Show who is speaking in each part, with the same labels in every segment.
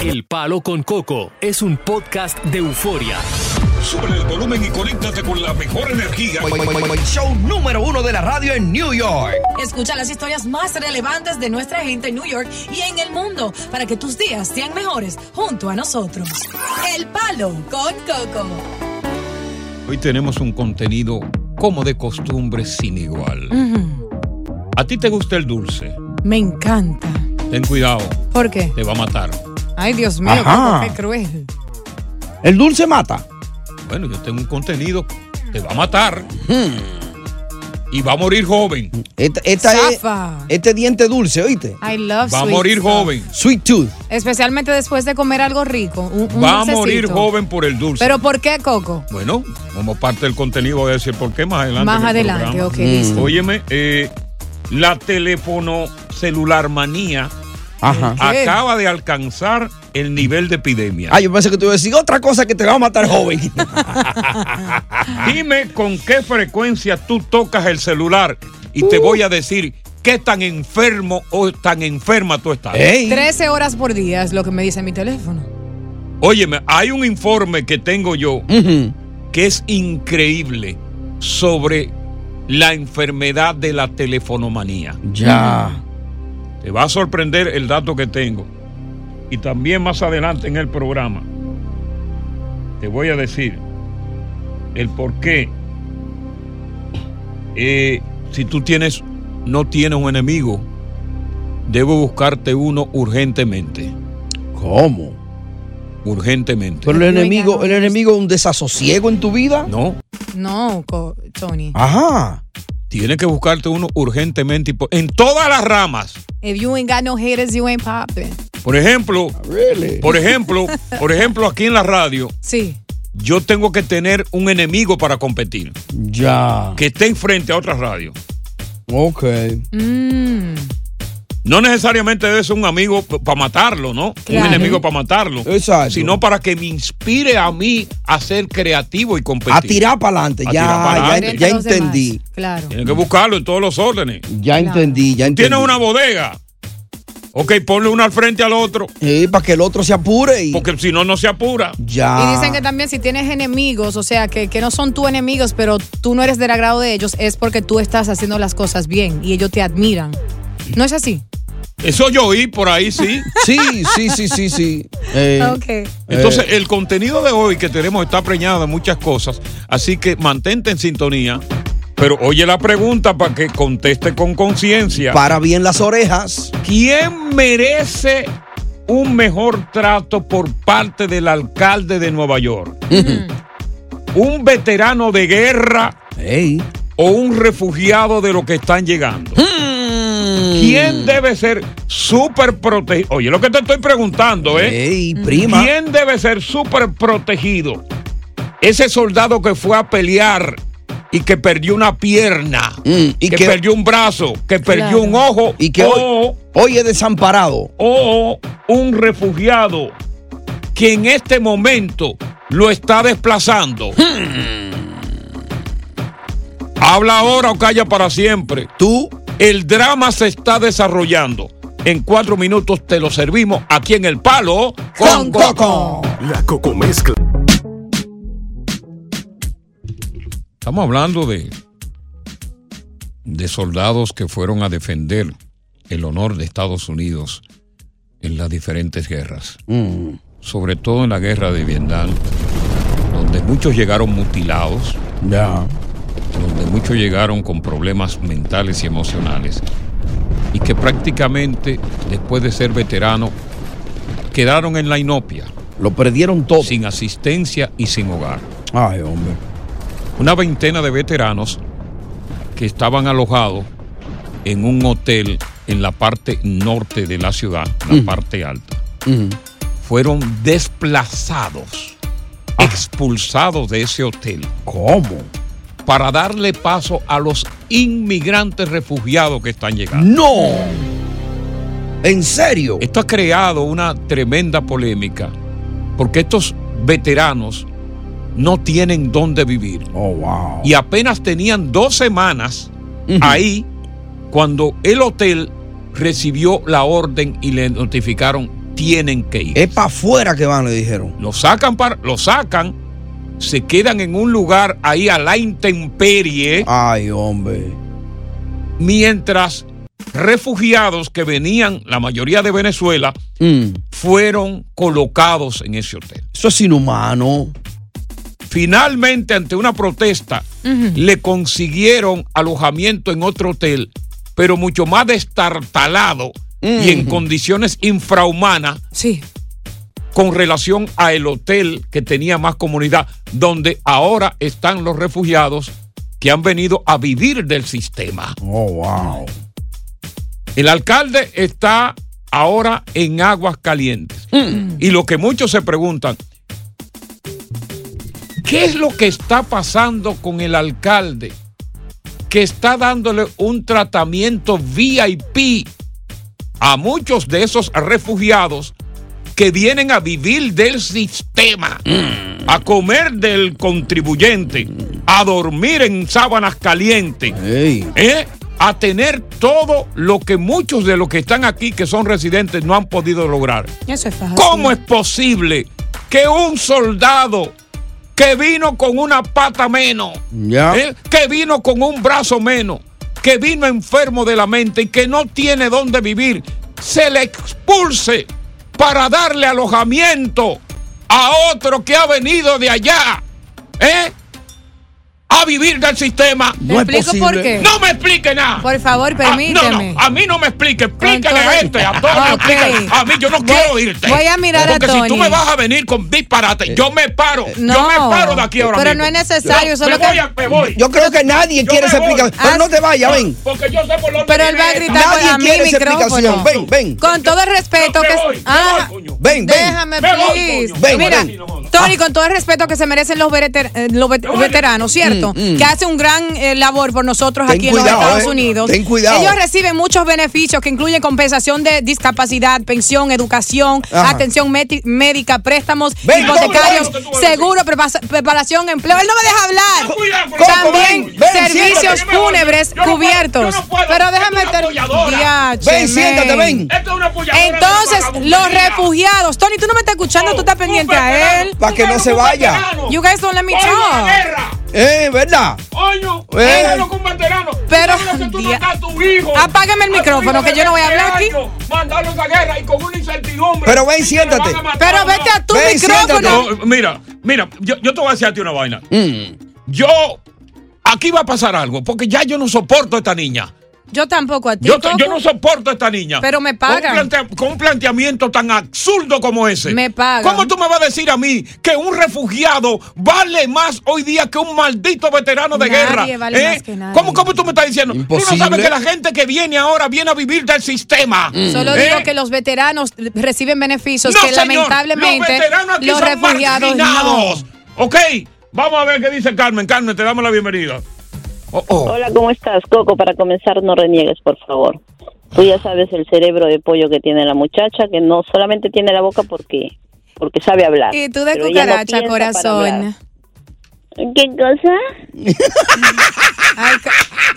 Speaker 1: El Palo con Coco es un podcast de euforia.
Speaker 2: Sube el volumen y conéctate con la mejor energía.
Speaker 3: Show número uno de la radio en New York.
Speaker 4: Escucha las historias más relevantes de nuestra gente en New York y en el mundo para que tus días sean mejores junto a nosotros. El Palo con Coco.
Speaker 5: Hoy tenemos un contenido como de costumbre sin igual. ¿A ti te gusta el dulce?
Speaker 4: Me encanta.
Speaker 5: Ten cuidado,
Speaker 4: ¿Por qué?
Speaker 5: te va a matar.
Speaker 4: Ay, Dios mío,
Speaker 6: Ajá.
Speaker 4: Coco, qué cruel.
Speaker 6: El dulce mata.
Speaker 5: Bueno, yo tengo un contenido, te va a matar.
Speaker 4: Hmm.
Speaker 5: Y va a morir joven.
Speaker 4: Oh,
Speaker 6: Esta, esta es-
Speaker 4: Zafa.
Speaker 6: este diente dulce, ¿oíste?
Speaker 4: I love
Speaker 5: Va a
Speaker 4: sweet
Speaker 5: morir
Speaker 4: stuff.
Speaker 5: joven.
Speaker 6: Sweet tooth.
Speaker 4: Especialmente después de comer algo rico. un- un
Speaker 5: Va a
Speaker 4: dulcecito.
Speaker 5: morir joven por el dulce.
Speaker 4: ¿Pero por qué, Coco?
Speaker 5: Bueno, como parte del contenido voy a decir por qué más adelante.
Speaker 4: Más
Speaker 5: en el
Speaker 4: adelante,
Speaker 5: programa.
Speaker 6: Mm.
Speaker 4: ok, listo.
Speaker 5: Óyeme, eh, la teléfono celular manía eh,
Speaker 6: Ajá.
Speaker 4: ¿Qué?
Speaker 5: acaba de alcanzar el nivel de epidemia.
Speaker 6: Ah, yo pensé que te iba a decir otra cosa que te va a matar joven.
Speaker 5: Dime con qué frecuencia tú tocas el celular y
Speaker 6: Uh.
Speaker 5: te voy a decir qué tan enfermo o tan enferma tú estás.
Speaker 6: Ey.
Speaker 4: 13 horas por día es lo que me dice mi teléfono.
Speaker 5: Óyeme, hay un informe que tengo yo
Speaker 6: Ujú.
Speaker 5: que es increíble sobre la enfermedad de la telefonomanía.
Speaker 6: Ya.
Speaker 5: Te va a sorprender el dato que tengo. Y también más adelante en el programa te voy a decir el por qué eh, si tú tienes, no tienes un enemigo, debo buscarte uno urgentemente.
Speaker 6: ¿Cómo?
Speaker 5: Urgentemente.
Speaker 6: Pero el
Speaker 4: Oiga,
Speaker 6: enemigo,
Speaker 4: no.
Speaker 6: el enemigo es un desasosiego en tu vida.
Speaker 5: No,
Speaker 4: No, Co- Tony.
Speaker 6: Ajá.
Speaker 5: tienes que buscarte uno urgentemente y por- en todas las ramas.
Speaker 4: If you ain't got no haters, you ain't popping.
Speaker 5: Por ejemplo,
Speaker 6: Ah, Really?
Speaker 5: por ejemplo, por ejemplo, aquí en la radio,
Speaker 4: Sí.
Speaker 5: yo tengo que tener un enemigo para competir.
Speaker 6: Ya.
Speaker 5: que esté enfrente a otras radios.
Speaker 6: Ok.
Speaker 4: Mm.
Speaker 5: No necesariamente debe ser un amigo para matarlo, ¿no?
Speaker 4: Claro.
Speaker 5: Un enemigo para matarlo.
Speaker 6: Exacto.
Speaker 5: Sino para que me inspire a mí a ser creativo y competir.
Speaker 6: A tirar para adelante.
Speaker 5: A
Speaker 6: Ya,
Speaker 5: tirar pa'lante.
Speaker 6: Ah, ya,
Speaker 4: Frente
Speaker 6: ya
Speaker 4: a los
Speaker 6: entendí.
Speaker 4: demás, Claro.
Speaker 5: Tienes que buscarlo en todos los órdenes.
Speaker 6: Ya entendí, ya entendí.
Speaker 5: Tienes una bodega. Ok, ponle uno al frente al otro.
Speaker 6: Sí, para Eh, que el otro se apure y.
Speaker 5: Porque si no, no se apura.
Speaker 6: Ya.
Speaker 4: Y dicen que también si tienes enemigos, o sea, que, que no son tus enemigos, pero tú no eres del agrado de ellos, es porque tú estás haciendo las cosas bien y ellos te admiran. ¿No es así?
Speaker 5: Eso yo oí por ahí, sí.
Speaker 6: Sí, sí, sí, sí, sí. Eh,
Speaker 4: Ah, Ok.
Speaker 5: Entonces, el contenido de hoy que tenemos está preñado de muchas cosas. Así que mantente en sintonía. Pero oye la pregunta para que conteste con conciencia.
Speaker 6: Para bien las orejas.
Speaker 5: ¿Quién merece un mejor trato por parte del alcalde de Nueva York.
Speaker 4: Mm.
Speaker 5: un veterano de guerra o un refugiado de los que están llegando. ¿Quién debe ser súper protegido? Oye, lo que te estoy preguntando, ¿eh?
Speaker 6: prima.
Speaker 5: ¿Quién debe ser súper protegido? Ese soldado que fue a pelear y que perdió una pierna,
Speaker 6: Mm. y
Speaker 5: que,
Speaker 6: que-
Speaker 5: perdió un brazo, que perdió
Speaker 6: Claro.
Speaker 5: un ojo,
Speaker 6: Y que
Speaker 5: o,
Speaker 6: Hoy es desamparado.
Speaker 5: o un refugiado que en este momento lo está desplazando.
Speaker 6: Hmm.
Speaker 5: Habla ahora o calla para siempre.
Speaker 6: Tú.
Speaker 5: El drama se está desarrollando. En cuatro minutos te lo servimos aquí en el palo con Coco.
Speaker 2: La Cocomezcla.
Speaker 5: Estamos hablando de, de soldados que fueron a defender el honor de Estados Unidos en las diferentes guerras,
Speaker 6: Mm.
Speaker 5: sobre todo en la guerra de Vietnam, donde muchos llegaron mutilados,
Speaker 6: Ya.
Speaker 5: donde muchos llegaron con problemas mentales y emocionales, y que prácticamente después de ser veteranos quedaron en la inopia.
Speaker 6: Lo perdieron todo.
Speaker 5: Sin asistencia y sin hogar
Speaker 6: Ay, hombre.
Speaker 5: una veintena de veteranos que estaban alojados en un hotel en la parte norte de la ciudad, la parte alta. Fueron desplazados, expulsados de ese hotel.
Speaker 6: ¿Cómo?
Speaker 5: Para darle paso a los inmigrantes refugiados que están llegando.
Speaker 6: ¡No! ¿En serio?
Speaker 5: Esto ha creado una tremenda polémica porque estos veteranos no tienen dónde vivir.
Speaker 6: Oh, wow.
Speaker 5: y apenas tenían dos semanas ahí cuando el hotel recibió la orden y le notificaron tienen que ir.
Speaker 6: Es para afuera que van, le dijeron.
Speaker 5: Lo sacan, para, lo sacan, se quedan en un lugar ahí a la intemperie
Speaker 6: Ay, hombre.
Speaker 5: mientras refugiados que venían, la mayoría de Venezuela, fueron colocados en ese hotel.
Speaker 6: Mm. Eso es inhumano.
Speaker 5: Finalmente, ante una protesta, le consiguieron alojamiento en otro hotel, pero mucho más destartalado y
Speaker 6: Mm.
Speaker 5: en condiciones infrahumanas. Con relación a el hotel que tenía más comunidad, donde ahora están los refugiados que han venido a vivir del sistema.
Speaker 6: Oh, wow.
Speaker 5: El alcalde está ahora en aguas calientes. Y lo que muchos se preguntan, ¿qué es lo que está pasando con el alcalde que está dándole un tratamiento VIP a muchos de esos refugiados que vienen a vivir del sistema, a comer del contribuyente, a dormir en sábanas calientes, ¿eh? a tener todo lo que muchos de los que están aquí, que son residentes, no han podido lograr?
Speaker 4: Eso es fácil.
Speaker 5: ¿Cómo es posible que un soldado que vino con una pata menos,
Speaker 6: Ya.
Speaker 5: ¿eh? que vino con un brazo menos, que vino enfermo de la mente y que no tiene dónde vivir, se le expulse para darle alojamiento a otro que ha venido de allá, ¿eh? A vivir del sistema.
Speaker 4: No es explico posible. por qué?
Speaker 5: No me explique nada.
Speaker 4: Por favor,
Speaker 5: Ah, no,
Speaker 4: permíteme.
Speaker 5: no, a mí no me explique, explícale
Speaker 4: Con todo- Ah,
Speaker 5: a este, a Tony,
Speaker 4: Ok.
Speaker 5: explícale. A mí yo no quiero irte.
Speaker 4: voy a mirar a
Speaker 5: Porque si tú
Speaker 4: Tony.
Speaker 5: me vas a venir con disparate, yo me paro. yo
Speaker 4: No,
Speaker 5: me paro de aquí ahora
Speaker 4: pero
Speaker 5: mismo.
Speaker 4: no es necesario,
Speaker 5: Yo-
Speaker 4: solo
Speaker 5: me
Speaker 4: que-
Speaker 5: voy, a- me voy.
Speaker 6: Yo creo que nadie
Speaker 5: Yo
Speaker 6: quiere
Speaker 5: me
Speaker 6: esa
Speaker 5: voy.
Speaker 6: explicación. Pero
Speaker 4: Ah,
Speaker 6: no te vayas,
Speaker 5: No,
Speaker 6: ven.
Speaker 5: Porque yo sé por dónde
Speaker 4: Pero él va a
Speaker 5: viene
Speaker 4: gritar
Speaker 6: Nadie
Speaker 4: a mí
Speaker 6: quiere esa
Speaker 4: micrófono.
Speaker 6: explicación. Ven, ven.
Speaker 4: Con todo el respeto
Speaker 5: me
Speaker 4: que.
Speaker 5: voy, me
Speaker 4: Ah,
Speaker 5: voy, coño.
Speaker 6: Ven, ven.
Speaker 4: Déjame,
Speaker 5: Me voy,
Speaker 4: please.
Speaker 5: coño. Me voy.
Speaker 4: Mira,
Speaker 5: Sí, no jodas.
Speaker 4: Tony, con todo el respeto que se merecen los, veter- eh, los vet-
Speaker 5: Oye.
Speaker 4: veteranos, ¿cierto?
Speaker 6: Mm, mm.
Speaker 4: Que hace un gran eh, labor por nosotros
Speaker 6: Ten
Speaker 4: aquí en
Speaker 6: cuidado,
Speaker 4: los Estados
Speaker 6: eh.
Speaker 4: Unidos.
Speaker 6: Ten cuidado.
Speaker 4: Ellos reciben muchos beneficios que incluyen compensación de discapacidad, pensión, educación,
Speaker 6: Ajá.
Speaker 4: atención meti- médica, préstamos,
Speaker 6: Ven,
Speaker 4: hipotecarios,
Speaker 5: Coco, ven.
Speaker 4: seguro, prepa- preparación, empleo. Él no me deja hablar.
Speaker 5: Cuidado con la-
Speaker 4: También
Speaker 6: ven, ven,
Speaker 4: servicios
Speaker 5: siéntate.
Speaker 4: fúnebres
Speaker 5: Yo no puedo,
Speaker 4: cubiertos.
Speaker 5: yo no puedo.
Speaker 4: Pero
Speaker 5: Esto
Speaker 4: déjame
Speaker 5: es una
Speaker 4: terminar.
Speaker 5: apoyadora.
Speaker 6: Ven, siéntate, ven.
Speaker 5: Esto es una apoyadora de
Speaker 4: Entonces,
Speaker 5: vagabundería.
Speaker 4: los refugiados. Tony, tú no me estás escuchando, tú estás
Speaker 5: Un
Speaker 4: pendiente a
Speaker 5: veterano,
Speaker 4: él.
Speaker 6: Pa' que no se vaya.
Speaker 5: un veterano.
Speaker 4: You guys don't let me
Speaker 5: Oye,
Speaker 4: talk.
Speaker 5: la guerra.
Speaker 6: Eh, ¿verdad?
Speaker 5: Coño,
Speaker 6: Eh.
Speaker 5: déjalo con veterano.
Speaker 4: Pero,
Speaker 5: Tú sabes lo que tú
Speaker 4: dia-
Speaker 5: mataste a tu hijo.
Speaker 4: Apágame el
Speaker 5: A tu
Speaker 4: micrófono,
Speaker 5: hijo
Speaker 4: que
Speaker 5: de
Speaker 4: yo no voy a
Speaker 5: 20
Speaker 4: hablar aquí.
Speaker 5: años, Mandarlo a esa guerra y con una incertidumbre.
Speaker 6: Pero ven,
Speaker 5: Y que
Speaker 6: siéntate.
Speaker 5: lo van matar
Speaker 4: Pero
Speaker 5: o no.
Speaker 4: vete a tu
Speaker 6: Ven,
Speaker 4: micrófono.
Speaker 6: siéntate.
Speaker 5: No, mira, mira, yo, yo te voy a decir a ti una vaina.
Speaker 6: Mm.
Speaker 5: Yo, aquí va a pasar algo, porque ya yo no soporto a esta niña.
Speaker 4: Yo tampoco a ti.
Speaker 5: Yo, te-
Speaker 4: Coco.
Speaker 5: yo no soporto a esta niña.
Speaker 4: Pero me
Speaker 5: Con un
Speaker 4: pagan.
Speaker 5: plantea- con un planteamiento tan absurdo como ese.
Speaker 4: Me pagan.
Speaker 5: ¿Cómo tú me vas a decir a mí que un refugiado vale más hoy día que un maldito veterano de
Speaker 4: Nadie
Speaker 5: guerra?
Speaker 4: vale
Speaker 5: ¿Eh?
Speaker 4: más que nadie.
Speaker 5: ¿Cómo, cómo tú me estás diciendo? Tú no
Speaker 7: Imposible.
Speaker 5: sabes que la gente que viene ahora viene a vivir del sistema.
Speaker 4: Mm. Solo
Speaker 5: ¿Eh?
Speaker 4: digo que los veteranos reciben beneficios
Speaker 5: No,
Speaker 4: que
Speaker 5: señor,
Speaker 4: lamentablemente
Speaker 5: los veteranos aquí
Speaker 4: los
Speaker 5: son
Speaker 4: refugiados no.
Speaker 5: marginados. Ok, vamos a ver qué dice Carmen. Carmen, te damos la bienvenida.
Speaker 8: Hola, ¿cómo estás, Coco? Para comenzar, no reniegues, por favor. Tú ya sabes el cerebro de pollo que tiene la muchacha, que no solamente tiene la boca porque porque sabe hablar.
Speaker 4: Y tú de
Speaker 8: Ah, pero ella no
Speaker 4: cucaracha,
Speaker 8: piensa para
Speaker 4: corazón.
Speaker 8: hablar. ¿Qué cosa?
Speaker 4: Ay, Ca-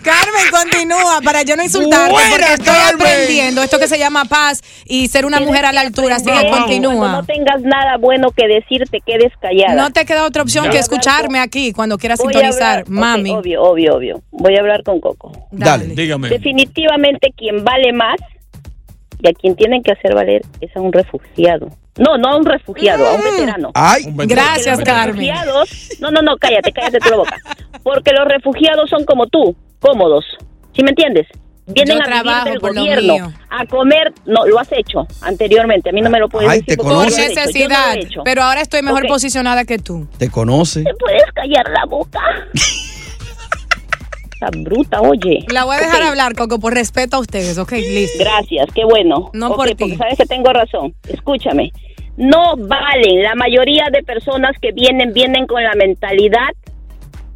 Speaker 4: Carmen, continúa para yo no insultarte
Speaker 8: Buena,
Speaker 4: porque estoy
Speaker 8: Carmen.
Speaker 4: aprendiendo esto que se llama paz y ser una mujer a la altura, así que
Speaker 8: Cuando no
Speaker 4: continúa.
Speaker 8: tengas nada bueno que decir, te quedes callada.
Speaker 4: No te queda otra opción
Speaker 8: Ya.
Speaker 4: que escucharme aquí cuando quieras
Speaker 8: Voy a
Speaker 4: sintonizar,
Speaker 8: hablar-
Speaker 4: mami.
Speaker 8: ok, obvio, obvio, obvio. Voy a hablar con Coco.
Speaker 5: Dale. Dígame.
Speaker 8: Definitivamente quien vale más y a quien tienen que hacer valer es a un refugiado. No, no a un refugiado, a un veterano.
Speaker 6: Ay,
Speaker 4: gracias,
Speaker 8: Porque los
Speaker 4: Carmen.
Speaker 8: refugiados- no, no, no, cállate, cállate tu boca. Porque los refugiados son como tú, cómodos. ¿Sí me entiendes? Vienen
Speaker 4: Yo
Speaker 8: a vivir
Speaker 4: trabajo
Speaker 8: del
Speaker 4: por lo mío.
Speaker 8: gobierno, a comer, no, lo has hecho anteriormente, a mí no me lo puedes
Speaker 6: Ay,
Speaker 8: decir.
Speaker 6: te
Speaker 8: porque no lo
Speaker 4: Por
Speaker 8: has hecho, yo no lo he
Speaker 4: necesidad,
Speaker 8: hecho.
Speaker 4: pero ahora estoy mejor
Speaker 8: Ok.
Speaker 4: posicionada que tú.
Speaker 6: Te conoce.
Speaker 8: ¿Te puedes callar la boca? Esa bruta, oye.
Speaker 4: La voy a dejar
Speaker 8: Ok,
Speaker 4: hablar, Coco, por respeto a ustedes, ok, listo.
Speaker 8: Gracias, qué bueno.
Speaker 4: No
Speaker 8: Ok,
Speaker 4: por ti.
Speaker 8: Porque sabes que tengo razón. Escúchame. No valen. La mayoría de personas que vienen, vienen con la mentalidad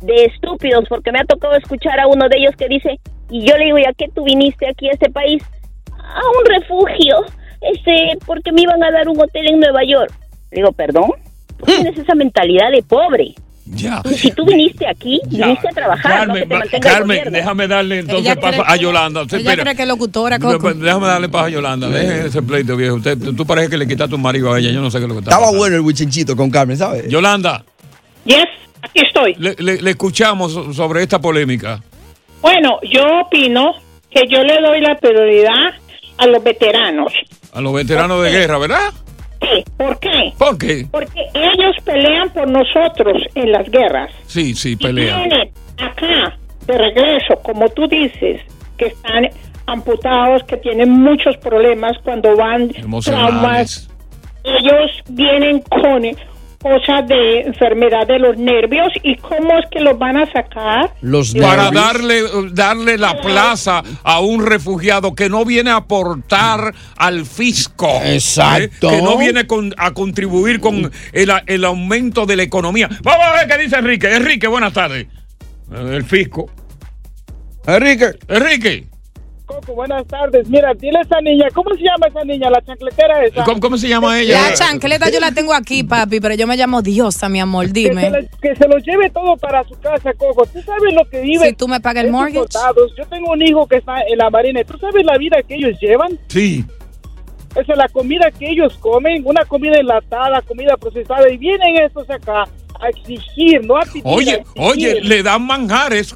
Speaker 8: de estúpidos, porque me ha tocado escuchar a uno de ellos que dice, y yo le digo, ¿y a qué tú viniste aquí a este país? A un refugio, este, porque me iban a dar un hotel en Nueva York. Le digo, perdón, tú tienes esa mentalidad de pobre.
Speaker 5: Ya.
Speaker 8: Y si tú viniste aquí,
Speaker 5: Ya.
Speaker 8: viniste a trabajar, no que
Speaker 5: Carmen,
Speaker 8: te
Speaker 5: va-
Speaker 8: mantenga el
Speaker 5: Carmen,
Speaker 8: gobierno.
Speaker 5: déjame darle entonces
Speaker 4: Ella cree
Speaker 5: paso a
Speaker 4: que-
Speaker 5: Yolanda. Sí,
Speaker 4: Ella
Speaker 5: espera.
Speaker 4: cree que es locutora,
Speaker 5: No,
Speaker 4: Coco.
Speaker 5: pero Déjame darle paz a Yolanda. Dejen ese pleito viejo. Usted, tú tú parece que le quitaste un marido a ella. Yo no sé qué es lo que está.
Speaker 6: Estaba
Speaker 5: pasando.
Speaker 6: bueno el huichinchito con Carmen, ¿sabes?
Speaker 5: Yolanda.
Speaker 9: Yes, aquí estoy.
Speaker 5: Le, le- le escuchamos so- sobre esta polémica.
Speaker 9: Bueno, yo opino que yo le doy la prioridad a los veteranos.
Speaker 5: A los veteranos de guerra, ¿verdad?
Speaker 9: Sí, ¿Por qué?
Speaker 5: ¿Por qué?
Speaker 9: Porque ellos pelean por nosotros en las guerras.
Speaker 5: Sí, sí, pelea.
Speaker 9: Vienen acá de regreso, como tú dices, que están amputados, que tienen muchos problemas cuando van
Speaker 5: Emocionales.
Speaker 9: traumas. Ellos vienen con eh, cosas de enfermedad de los nervios y cómo es que los van a sacar.
Speaker 6: Los
Speaker 5: Para
Speaker 6: nervios.
Speaker 5: darle, darle la plaza a un refugiado que no viene a aportar al fisco.
Speaker 6: Exacto.
Speaker 5: ¿eh? Que no viene con- a contribuir con el, a- el aumento de la economía. Vamos a ver qué dice Enrique. Enrique, buenas tardes. Eh, El fisco.
Speaker 6: Enrique.
Speaker 5: Enrique.
Speaker 10: Coco, buenas tardes. Mira, dile a esa niña, ¿cómo se llama esa niña? La chancletera esa.
Speaker 5: ¿Cómo, cómo se llama ella?
Speaker 4: La chancleta yo la tengo aquí, papi, pero yo me llamo Diosa, mi amor,
Speaker 10: Que se, la-
Speaker 4: dime.
Speaker 10: que se lo lleve todo para su casa, Coco. ¿Tú sabes lo que vive?
Speaker 4: Si tú me pagas el
Speaker 10: esos
Speaker 4: mortgage.
Speaker 10: soldados? Yo tengo un hijo que está en la marina. ¿Tú sabes la vida que ellos llevan?
Speaker 5: Sí.
Speaker 10: Esa es la comida que ellos comen, una comida enlatada, comida procesada. Y vienen estos acá a exigir, no a pedir, a
Speaker 5: Oye,
Speaker 10: exigir.
Speaker 5: oye, le dan manjares.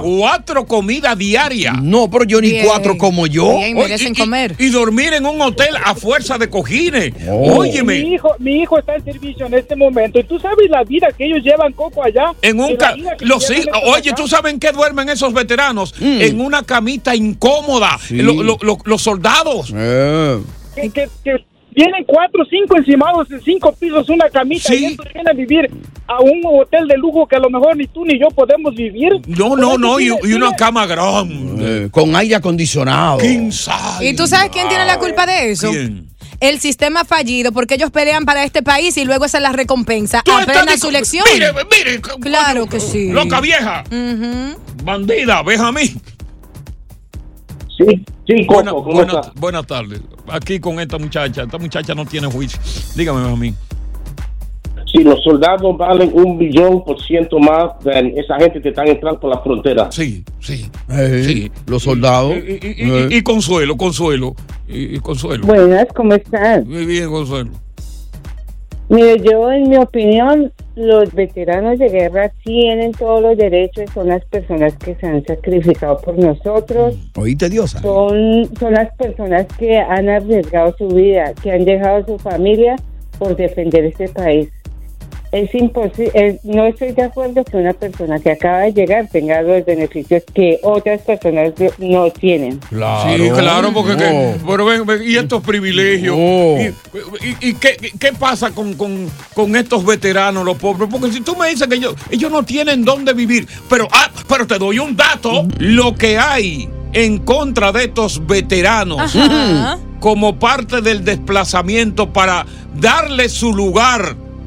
Speaker 5: Cuatro comidas diarias.
Speaker 6: No, pero yo ni
Speaker 4: Bien.
Speaker 6: cuatro como yo.
Speaker 4: Bien, merecen
Speaker 5: Oye, y-
Speaker 4: comer.
Speaker 5: Y, y dormir en un hotel a fuerza de cojines.
Speaker 6: Oh.
Speaker 5: Óyeme.
Speaker 10: Mi hijo, mi hijo está en servicio en este momento. ¿Y tú sabes la vida que ellos llevan, Coco, allá?
Speaker 5: En
Speaker 10: Y
Speaker 5: un
Speaker 10: la
Speaker 5: ca-
Speaker 10: vida que
Speaker 5: los
Speaker 10: llevan
Speaker 5: hijos,
Speaker 10: estos
Speaker 5: oye,
Speaker 10: acá.
Speaker 5: ¿tú sabes en qué duermen esos veteranos?
Speaker 6: Mm.
Speaker 5: En una camita incómoda. Lo- lo- lo- los soldados.
Speaker 6: Eh.
Speaker 10: que, que, que vienen cuatro o cinco encimados en cinco pisos una camita
Speaker 5: Sí.
Speaker 10: y estos vienen a vivir a un hotel de lujo que a lo mejor ni tú ni yo podemos vivir.
Speaker 5: No, no, no, y, y una cama grande.
Speaker 6: Eh, con aire acondicionado.
Speaker 5: King size.
Speaker 4: ¿Y tú sabes quién tiene la culpa de eso?
Speaker 5: ¿Quién?
Speaker 4: El sistema fallido, porque ellos pelean para este país y luego esa es la recompensa.
Speaker 5: Tú estás
Speaker 4: Aprendan
Speaker 5: dic-
Speaker 4: su lección.
Speaker 5: Mire, mire. co-
Speaker 4: Claro
Speaker 5: coño,
Speaker 4: que sí.
Speaker 5: Loca vieja,
Speaker 4: Ujú.
Speaker 5: bandida, ves a mí.
Speaker 10: Sí, sí,
Speaker 5: Buena-
Speaker 10: Coco, ¿cómo
Speaker 5: buena-
Speaker 10: está?
Speaker 5: buenas tardes. Aquí con esta muchacha. Esta muchacha no tiene juicio. Dígame, Benjamín.
Speaker 11: Si los soldados valen un billón por ciento más, then esa gente te están entrando por la frontera.
Speaker 5: Sí, sí.
Speaker 6: Eh, Los soldados. Eh.
Speaker 5: Y, y- y- y Consuelo, Consuelo. Y, y Consuelo.
Speaker 12: Buenas, ¿cómo están?
Speaker 5: Muy bien, Consuelo.
Speaker 12: Mire, yo en mi opinión, los veteranos de guerra tienen todos los derechos, son las personas que se han sacrificado por nosotros,
Speaker 6: ¿Oíste, Diosa?
Speaker 12: son, son las personas que han arriesgado su vida, que han dejado su familia por defender este país. Es imposible, no estoy de acuerdo que una persona que acaba de llegar tenga los beneficios que otras personas no tienen.
Speaker 5: Claro. Oh. Sí, claro, porque que- pero ven, ven, y estos privilegios. ¿Y, y- y qué, qué pasa con, con- con estos veteranos, los pobres? Porque si tú me dices que ellos, ellos no tienen dónde vivir, pero, ah, pero te doy un dato, lo que hay en contra de estos veteranos
Speaker 4: Ajá.
Speaker 13: Uh-huh.
Speaker 5: como parte del desplazamiento para darle su lugar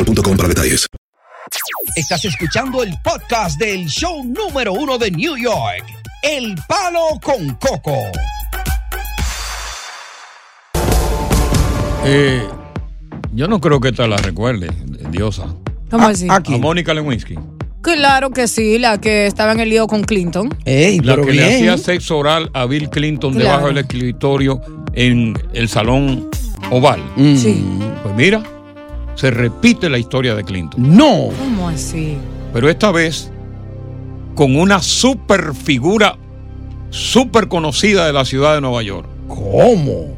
Speaker 7: para detalles.
Speaker 3: Estás escuchando el podcast del show número uno de New York, El Palo con Coco.
Speaker 5: Eh, yo no creo que esta la recuerde, Diosa.
Speaker 4: ¿Cómo así?
Speaker 5: A Mónica Lewinsky.
Speaker 4: Claro que sí, la que estaba en el lío con Clinton.
Speaker 5: la
Speaker 6: pero
Speaker 5: que le
Speaker 6: bien.
Speaker 5: hacía sexo oral a Bill Clinton
Speaker 4: Claro.
Speaker 5: debajo del escritorio en el salón oval.
Speaker 4: Sí.
Speaker 5: Pues mira, se repite la historia de Clinton.
Speaker 6: No.
Speaker 4: ¿Cómo así?
Speaker 5: Pero esta vez con una super figura súper conocida de la ciudad de Nueva York.
Speaker 6: ¿Cómo?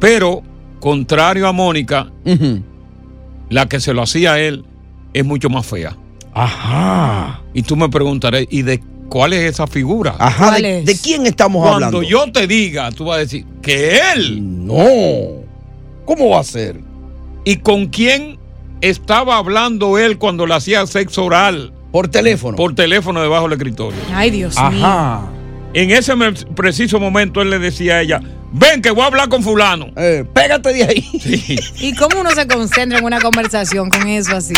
Speaker 5: Pero, contrario a Mónica, la que se lo hacía a él es mucho más fea.
Speaker 6: Ajá.
Speaker 5: Y tú me preguntarás, ¿y de cuál es esa figura?
Speaker 6: Ajá, ¿de, de quién estamos
Speaker 5: Cuando
Speaker 6: hablando?
Speaker 5: yo te diga, tú vas a decir que él.
Speaker 6: No. ¿Cómo va a ser?
Speaker 5: ¿Y con quién estaba hablando él cuando le hacía sexo oral?
Speaker 6: Por teléfono.
Speaker 5: Por teléfono debajo del escritorio.
Speaker 4: Ay, Dios mío.
Speaker 5: En ese me- preciso momento él le decía a ella, ven que voy a hablar con fulano.
Speaker 6: Eh, pégate de ahí.
Speaker 5: Sí.
Speaker 4: ¿Y cómo uno se concentra en una conversación con eso así?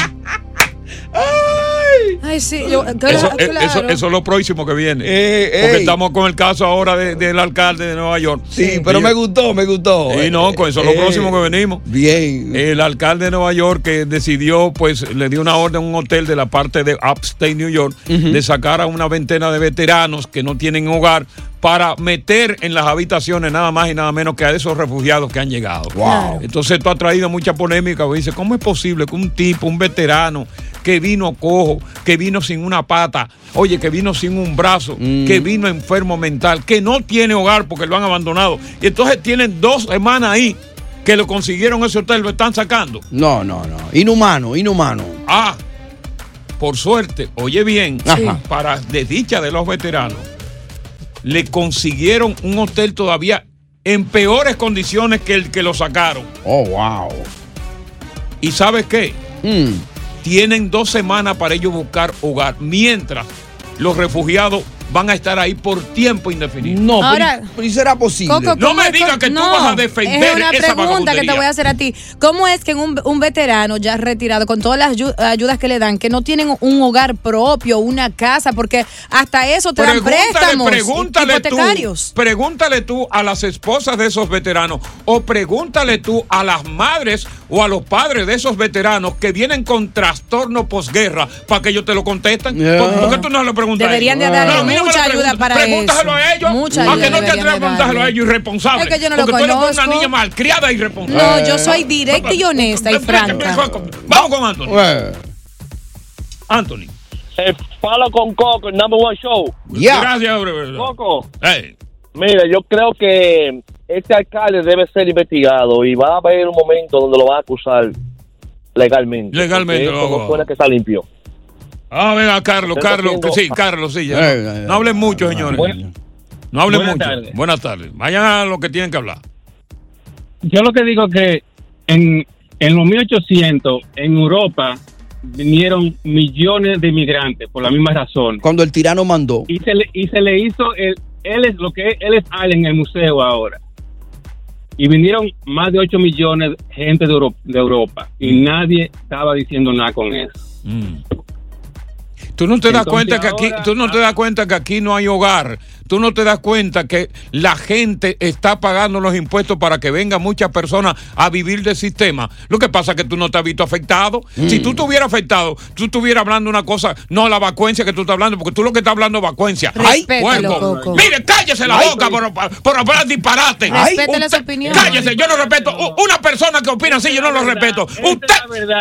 Speaker 4: ¡Ay! Ay, sí. Yo, claro,
Speaker 5: Eso, eh,
Speaker 4: claro.
Speaker 5: eso- eso es lo próximo que viene. Porque
Speaker 6: Eh, ey.
Speaker 5: estamos con el caso ahora de- del alcalde de Nueva York.
Speaker 6: Sí, pero
Speaker 5: Y-
Speaker 6: me gustó, me gustó.
Speaker 5: Sí, no, con eso es lo
Speaker 6: Eh,
Speaker 5: próximo que venimos.
Speaker 6: Bien.
Speaker 5: El alcalde de Nueva York que decidió, pues, le dio una orden a un hotel de la parte de Upstate New York de sacar a una veintena de veteranos que no tienen hogar para meter en las habitaciones nada más y nada menos que a esos refugiados que han llegado.
Speaker 6: Wow.
Speaker 5: Entonces esto ha traído mucha polémica. porque Dice, ¿cómo es posible que un tipo, un veterano, que vino cojo, que vino sin una pata, oye, que vino sin un brazo, que vino enfermo mental, que no tiene hogar porque lo han abandonado, y entonces tienen dos semanas ahí que lo consiguieron ese hotel, lo están sacando?
Speaker 6: No, no, no. Inhumano, inhumano.
Speaker 5: Ah, por suerte, oye bien,
Speaker 6: Ajá.
Speaker 5: para desdicha de los veteranos, le consiguieron un hotel todavía en peores condiciones que el que lo sacaron.
Speaker 6: Oh, wow. Mm.
Speaker 5: ¿Y sabes qué? Tienen dos semanas para ellos buscar hogar, mientras los refugiados van a estar ahí por tiempo indefinido.
Speaker 6: No,
Speaker 4: Ahora-
Speaker 6: pero, pero será posible.
Speaker 4: Coco,
Speaker 5: No
Speaker 4: ¿cómo
Speaker 5: me
Speaker 4: es
Speaker 5: digas
Speaker 4: co-
Speaker 5: que tú vas a defender
Speaker 4: Es
Speaker 5: esa
Speaker 4: una pregunta que te
Speaker 5: vagabundería.
Speaker 4: voy a hacer a ti. ¿Cómo es que un, un veterano ya retirado, con todas las ayu- ayudas que le dan, que no tienen un hogar propio, una casa, porque hasta eso te dan préstamos
Speaker 5: pregúntale tú,
Speaker 4: hipotecarios?
Speaker 5: pregúntale tú a las esposas de esos veteranos o pregúntale tú a las madres o a los padres de esos veteranos que vienen con trastorno posguerra para que ellos te lo contesten? ¿Por, por qué tú no le preguntas
Speaker 4: Deberían
Speaker 5: a
Speaker 4: de
Speaker 5: ellos?
Speaker 4: darle
Speaker 5: No, a mí no me
Speaker 4: mucha
Speaker 5: lo
Speaker 4: ayuda
Speaker 5: preguntas.
Speaker 4: para
Speaker 5: Pregúntaselo
Speaker 4: eso.
Speaker 5: a ellos.
Speaker 4: Mucha
Speaker 5: a que
Speaker 4: ayuda
Speaker 5: no te
Speaker 4: deberían
Speaker 5: atreves a
Speaker 4: de
Speaker 5: preguntárselo a
Speaker 4: darle.
Speaker 5: ellos irresponsables.
Speaker 4: Es que yo no lo
Speaker 5: porque tú eres una
Speaker 4: conozco.
Speaker 5: niña malcriada e irresponsable.
Speaker 4: No, yo soy directa y honesta y franca.
Speaker 5: Vamos con Anthony.
Speaker 6: eh,
Speaker 5: Anthony.
Speaker 14: El palo Eh, con coco, el number one show.
Speaker 5: Ya. Gracias,
Speaker 14: Coco. Mira, yo creo que este alcalde debe ser investigado y va a haber un momento donde lo van a acusar legalmente.
Speaker 5: Legalmente,
Speaker 14: Porque eso
Speaker 5: loco.
Speaker 14: no suena que está limpio.
Speaker 5: A ver, a Ah, Carlos,
Speaker 14: Estoy
Speaker 5: Carlos,
Speaker 14: cogiendo-
Speaker 5: sí, Carlos, sí, ya.
Speaker 14: Ay,
Speaker 5: no,
Speaker 6: eh,
Speaker 14: ay,
Speaker 5: no hablen mucho, señores. No hablen
Speaker 15: Buenas
Speaker 5: mucho.
Speaker 15: tardes.
Speaker 5: Buenas tardes. Vayan a lo que tienen que hablar.
Speaker 15: Yo lo que digo es que en, en los 1800, en Europa, vinieron millones de inmigrantes por la misma razón.
Speaker 6: Cuando el tirano mandó.
Speaker 15: Y se le, y se le hizo, el, él es lo que es- él es Allen en el museo ahora. Y vinieron más de 8 millones de gente de Europa, de Europa y nadie estaba diciendo nada con eso.
Speaker 5: Tú no te das
Speaker 15: Entonces,
Speaker 5: cuenta que aquí,
Speaker 15: ahora-
Speaker 5: tú no te das cuenta que aquí no hay hogar. Tú no te das cuenta que la gente está pagando los impuestos para que vengan muchas personas a vivir del sistema. Lo que pasa es que tú no te has visto afectado. Si tú estuvieras afectado, tú estuvieras hablando una cosa, no la vacuencia que tú estás hablando, porque tú lo que estás hablando es vacuencia.
Speaker 15: Respétalo,
Speaker 5: puerco!
Speaker 15: Coco.
Speaker 5: Mire, cállese la
Speaker 15: Ay.
Speaker 5: boca por, por hablar disparate.
Speaker 15: Respétele
Speaker 5: Usted-
Speaker 15: su opinión.
Speaker 5: Cállese, yo no respeto. U- Una persona que opina así, yo no lo respeto. Usted,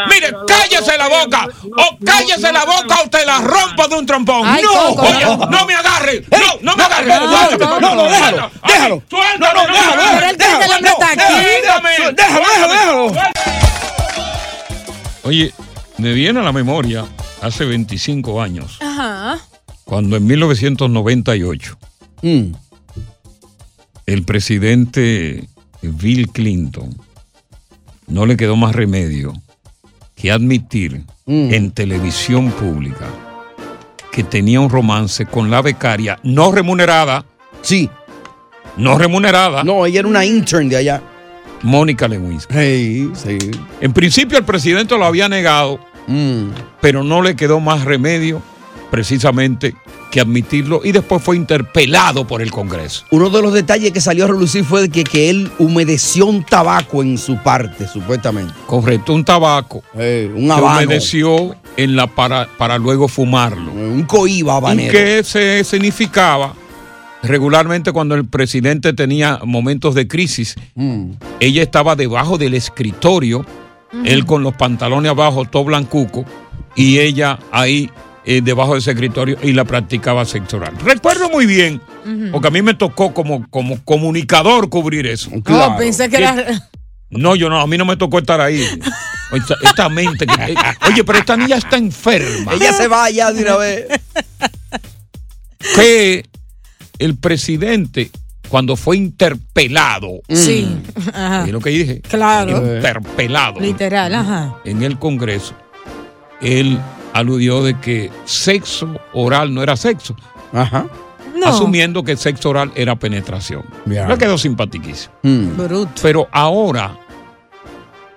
Speaker 5: mire, cállese la boca. O cállese la boca o te la rompo de un trompón.
Speaker 14: Ay,
Speaker 5: No,
Speaker 14: Coco,
Speaker 5: oye,
Speaker 14: no.
Speaker 5: no me agarre. No, no me agarre.
Speaker 14: no, no, no, no, déjalo,
Speaker 5: déjalo. No, no, déjalo. Déjame. Oye, me viene a la memoria hace 25 años
Speaker 4: Ajá.
Speaker 5: cuando en 1998 Mm. el presidente Bill Clinton no le quedó más remedio que admitir en televisión pública que tenía un romance con la becaria no remunerada. Sí. No remunerada. No, ella era una intern de allá. Mónica Lewinsky. En principio el presidente lo había negado, pero no le quedó más remedio precisamente que admitirlo y después fue interpelado por el Congreso.
Speaker 6: Uno de los detalles que salió a relucir fue que, que él humedeció un tabaco en su parte, supuestamente.
Speaker 5: Correcto, un tabaco.
Speaker 6: un
Speaker 5: Eh, que
Speaker 6: habano. eh,
Speaker 5: obedeció en la para, para luego fumarlo.
Speaker 6: Un coiba
Speaker 5: Y
Speaker 6: habanero.
Speaker 5: que se significaba regularmente cuando el presidente tenía momentos de crisis, ella estaba debajo del escritorio, él con los pantalones abajo, todo blancuco, y ella ahí eh, debajo de ese escritorio y la practicaba sexo oral. Recuerdo muy bien, porque a mí me tocó como, como comunicador cubrir eso.
Speaker 4: Claro. pensé que era.
Speaker 5: No, yo no, a mí no me tocó estar ahí. Esta, esta mente. que- eh, oye, pero esta niña está enferma.
Speaker 6: Ella se va allá de una vez.
Speaker 5: Que el presidente, cuando fue interpelado.
Speaker 4: Sí.
Speaker 5: mm,
Speaker 4: Ajá.
Speaker 5: Es lo que dije.
Speaker 4: Ah, Claro.
Speaker 5: Interpelado
Speaker 4: Literal, ajá.
Speaker 5: en el Congreso. Él aludió de que sexo oral no era sexo. Ajá.
Speaker 4: No.
Speaker 5: Asumiendo que sexo oral era penetración.
Speaker 6: Bien.
Speaker 5: Me quedó simpaticísimo.
Speaker 4: Bruto.
Speaker 5: Pero ahora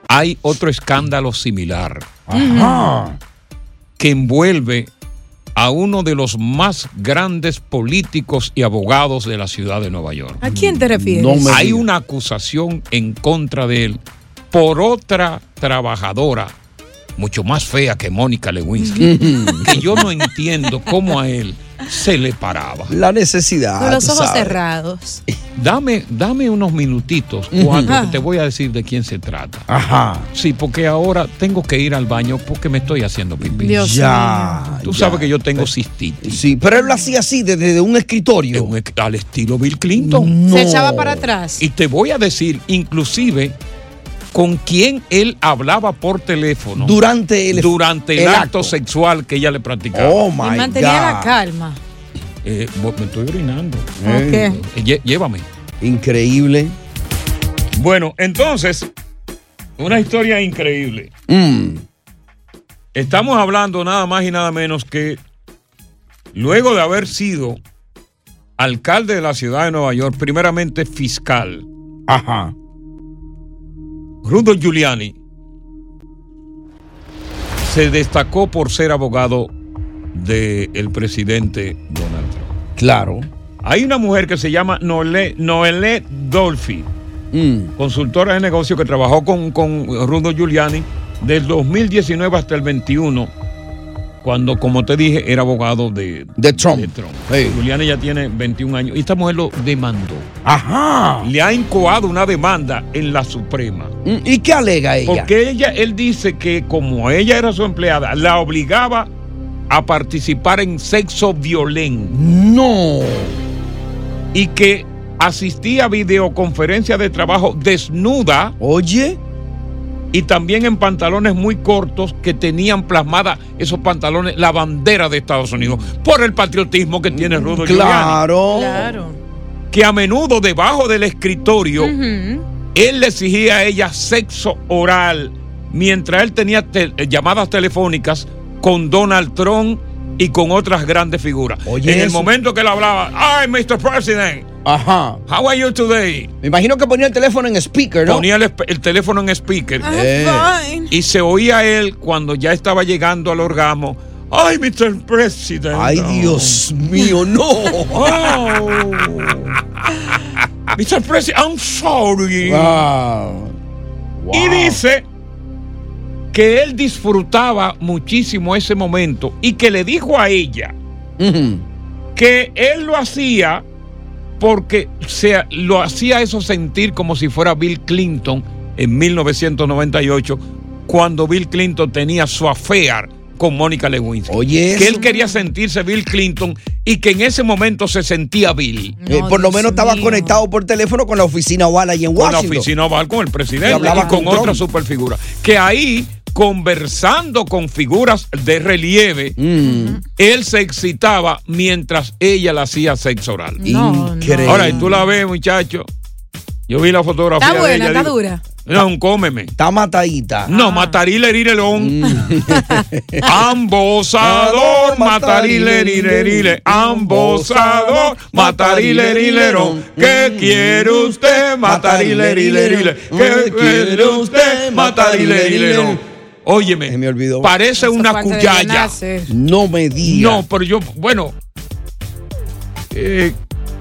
Speaker 5: hay otro escándalo similar
Speaker 4: Ajá.
Speaker 5: que envuelve a uno de los más grandes políticos y abogados de la ciudad de Nueva York.
Speaker 4: ¿A quién te refieres?
Speaker 5: Hay una acusación en contra de él por otra trabajadora mucho más fea que Mónica Lewinsky, que yo no entiendo cómo a él se le paraba.
Speaker 6: La necesidad.
Speaker 4: Con los
Speaker 5: tú
Speaker 4: ojos
Speaker 5: sabes.
Speaker 4: cerrados.
Speaker 5: Dame, dame unos minutitos, cuando
Speaker 4: Ajá.
Speaker 5: te voy a decir de quién se trata. Ajá. Sí, porque ahora tengo que ir al baño porque me estoy haciendo pipí.
Speaker 6: Dios Ya, mío.
Speaker 5: Tú
Speaker 6: ya.
Speaker 5: sabes que yo tengo cistitis.
Speaker 6: Sí, pero él lo hacía así desde un escritorio.
Speaker 5: al estilo Bill Clinton.
Speaker 4: Se echaba para atrás.
Speaker 5: Y te voy a decir, inclusive, con quién él hablaba por teléfono.
Speaker 6: Durante el-
Speaker 5: Durante el,
Speaker 6: el
Speaker 5: acto, sexual que ella le practicaba.
Speaker 6: Oh,
Speaker 4: y mantenía la calma.
Speaker 5: Eh, bo- me estoy orinando.
Speaker 4: Ok.
Speaker 5: Eh, lle- llévame.
Speaker 6: Increíble.
Speaker 5: Bueno, entonces, una historia increíble. Estamos hablando nada más y nada menos que luego de haber sido alcalde de la ciudad de Nueva York, primeramente fiscal. Ajá. Rudo Giuliani se destacó por ser abogado del presidente Donald Trump.
Speaker 6: Claro.
Speaker 5: Hay una mujer que se llama Noelle, Noelle Dolphy
Speaker 6: Mm,
Speaker 5: consultora de negocio que trabajó con, con Rudo Giuliani del 2019 hasta el 21, cuando, como te dije, era abogado de,
Speaker 6: de Trump.
Speaker 5: Este. Giuliani ya tiene 21 años y esta mujer lo demandó.
Speaker 6: Ajá.
Speaker 5: Le ha incoado una demanda en la Suprema.
Speaker 6: Mm, ¿Y qué alega ella?
Speaker 5: Porque ella, él dice que como ella era su empleada, la obligaba a participar en sexo violento.
Speaker 6: No.
Speaker 5: Y que asistía a videoconferencias de trabajo desnuda.
Speaker 6: Oye.
Speaker 5: Y también en pantalones muy cortos que tenían plasmada esos pantalones la bandera de Estados Unidos por el patriotismo que tiene Rudo
Speaker 6: Claro.
Speaker 4: Claro.
Speaker 5: Giuliani, que a menudo debajo del escritorio
Speaker 4: Ujú.
Speaker 5: él le exigía a ella sexo oral mientras él tenía te- eh, llamadas telefónicas con Donald Trump y con otras grandes figuras.
Speaker 6: Oye,
Speaker 5: en el
Speaker 6: eso-
Speaker 5: momento que él hablaba, ¡Ay, Mr. President!
Speaker 6: Ajá.
Speaker 5: How are you today?
Speaker 6: Me imagino que ponía el teléfono en speaker, ¿no?
Speaker 5: Ponía el, esp- el teléfono en speaker.
Speaker 4: Ah,
Speaker 6: I'm Eh. fine.
Speaker 5: Y se oía él cuando ya estaba llegando al orgasmo. ¡Ay, Mr. President!
Speaker 6: Ay, Dios mío, no.
Speaker 5: Oh. Mr. President, I'm sorry.
Speaker 6: Wow.
Speaker 5: Y dice que él disfrutaba muchísimo ese momento y que le dijo a ella que él lo hacía porque se, lo hacía eso sentir como si fuera Bill Clinton en 1998 cuando Bill Clinton tenía su affair con Mónica Lewinsky.
Speaker 6: Oye,
Speaker 5: que
Speaker 6: eso-
Speaker 5: él quería sentirse Bill Clinton y que en ese momento se sentía Bill.
Speaker 6: Eh, por lo menos estaba conectado por teléfono con la oficina Oval allí en
Speaker 5: con la
Speaker 6: Washington.
Speaker 5: oficina oval con el
Speaker 6: Y
Speaker 5: presidente y,
Speaker 6: hablaba
Speaker 5: con,
Speaker 6: con
Speaker 5: otra
Speaker 6: Trump.
Speaker 5: superfigura. Que ahí, conversando con figuras de relieve,
Speaker 6: Mm.
Speaker 5: él se excitaba mientras ella le hacía sexo oral.
Speaker 4: No,
Speaker 6: Increíble.
Speaker 5: Ahora, y tú la ves, muchacho. Yo vi la fotografía.
Speaker 4: Está
Speaker 5: de
Speaker 4: buena,
Speaker 5: ella,
Speaker 4: está
Speaker 5: digo,
Speaker 4: dura.
Speaker 5: No, un cómeme.
Speaker 6: Está matadita.
Speaker 5: No, matar y le herir el on. Ambosador, matar y le herir el hile. Ambosador, matar y le herir el on. ¿Qué quiere usted? Matar y le herir el hile. ¿Qué quiere usted? Matar y le herir el on. Óyeme, me
Speaker 6: olvidó.
Speaker 5: parece una
Speaker 4: parte de
Speaker 5: cuyaya.
Speaker 4: Jonas,
Speaker 6: No me digas.
Speaker 5: No, pero yo, bueno. eh,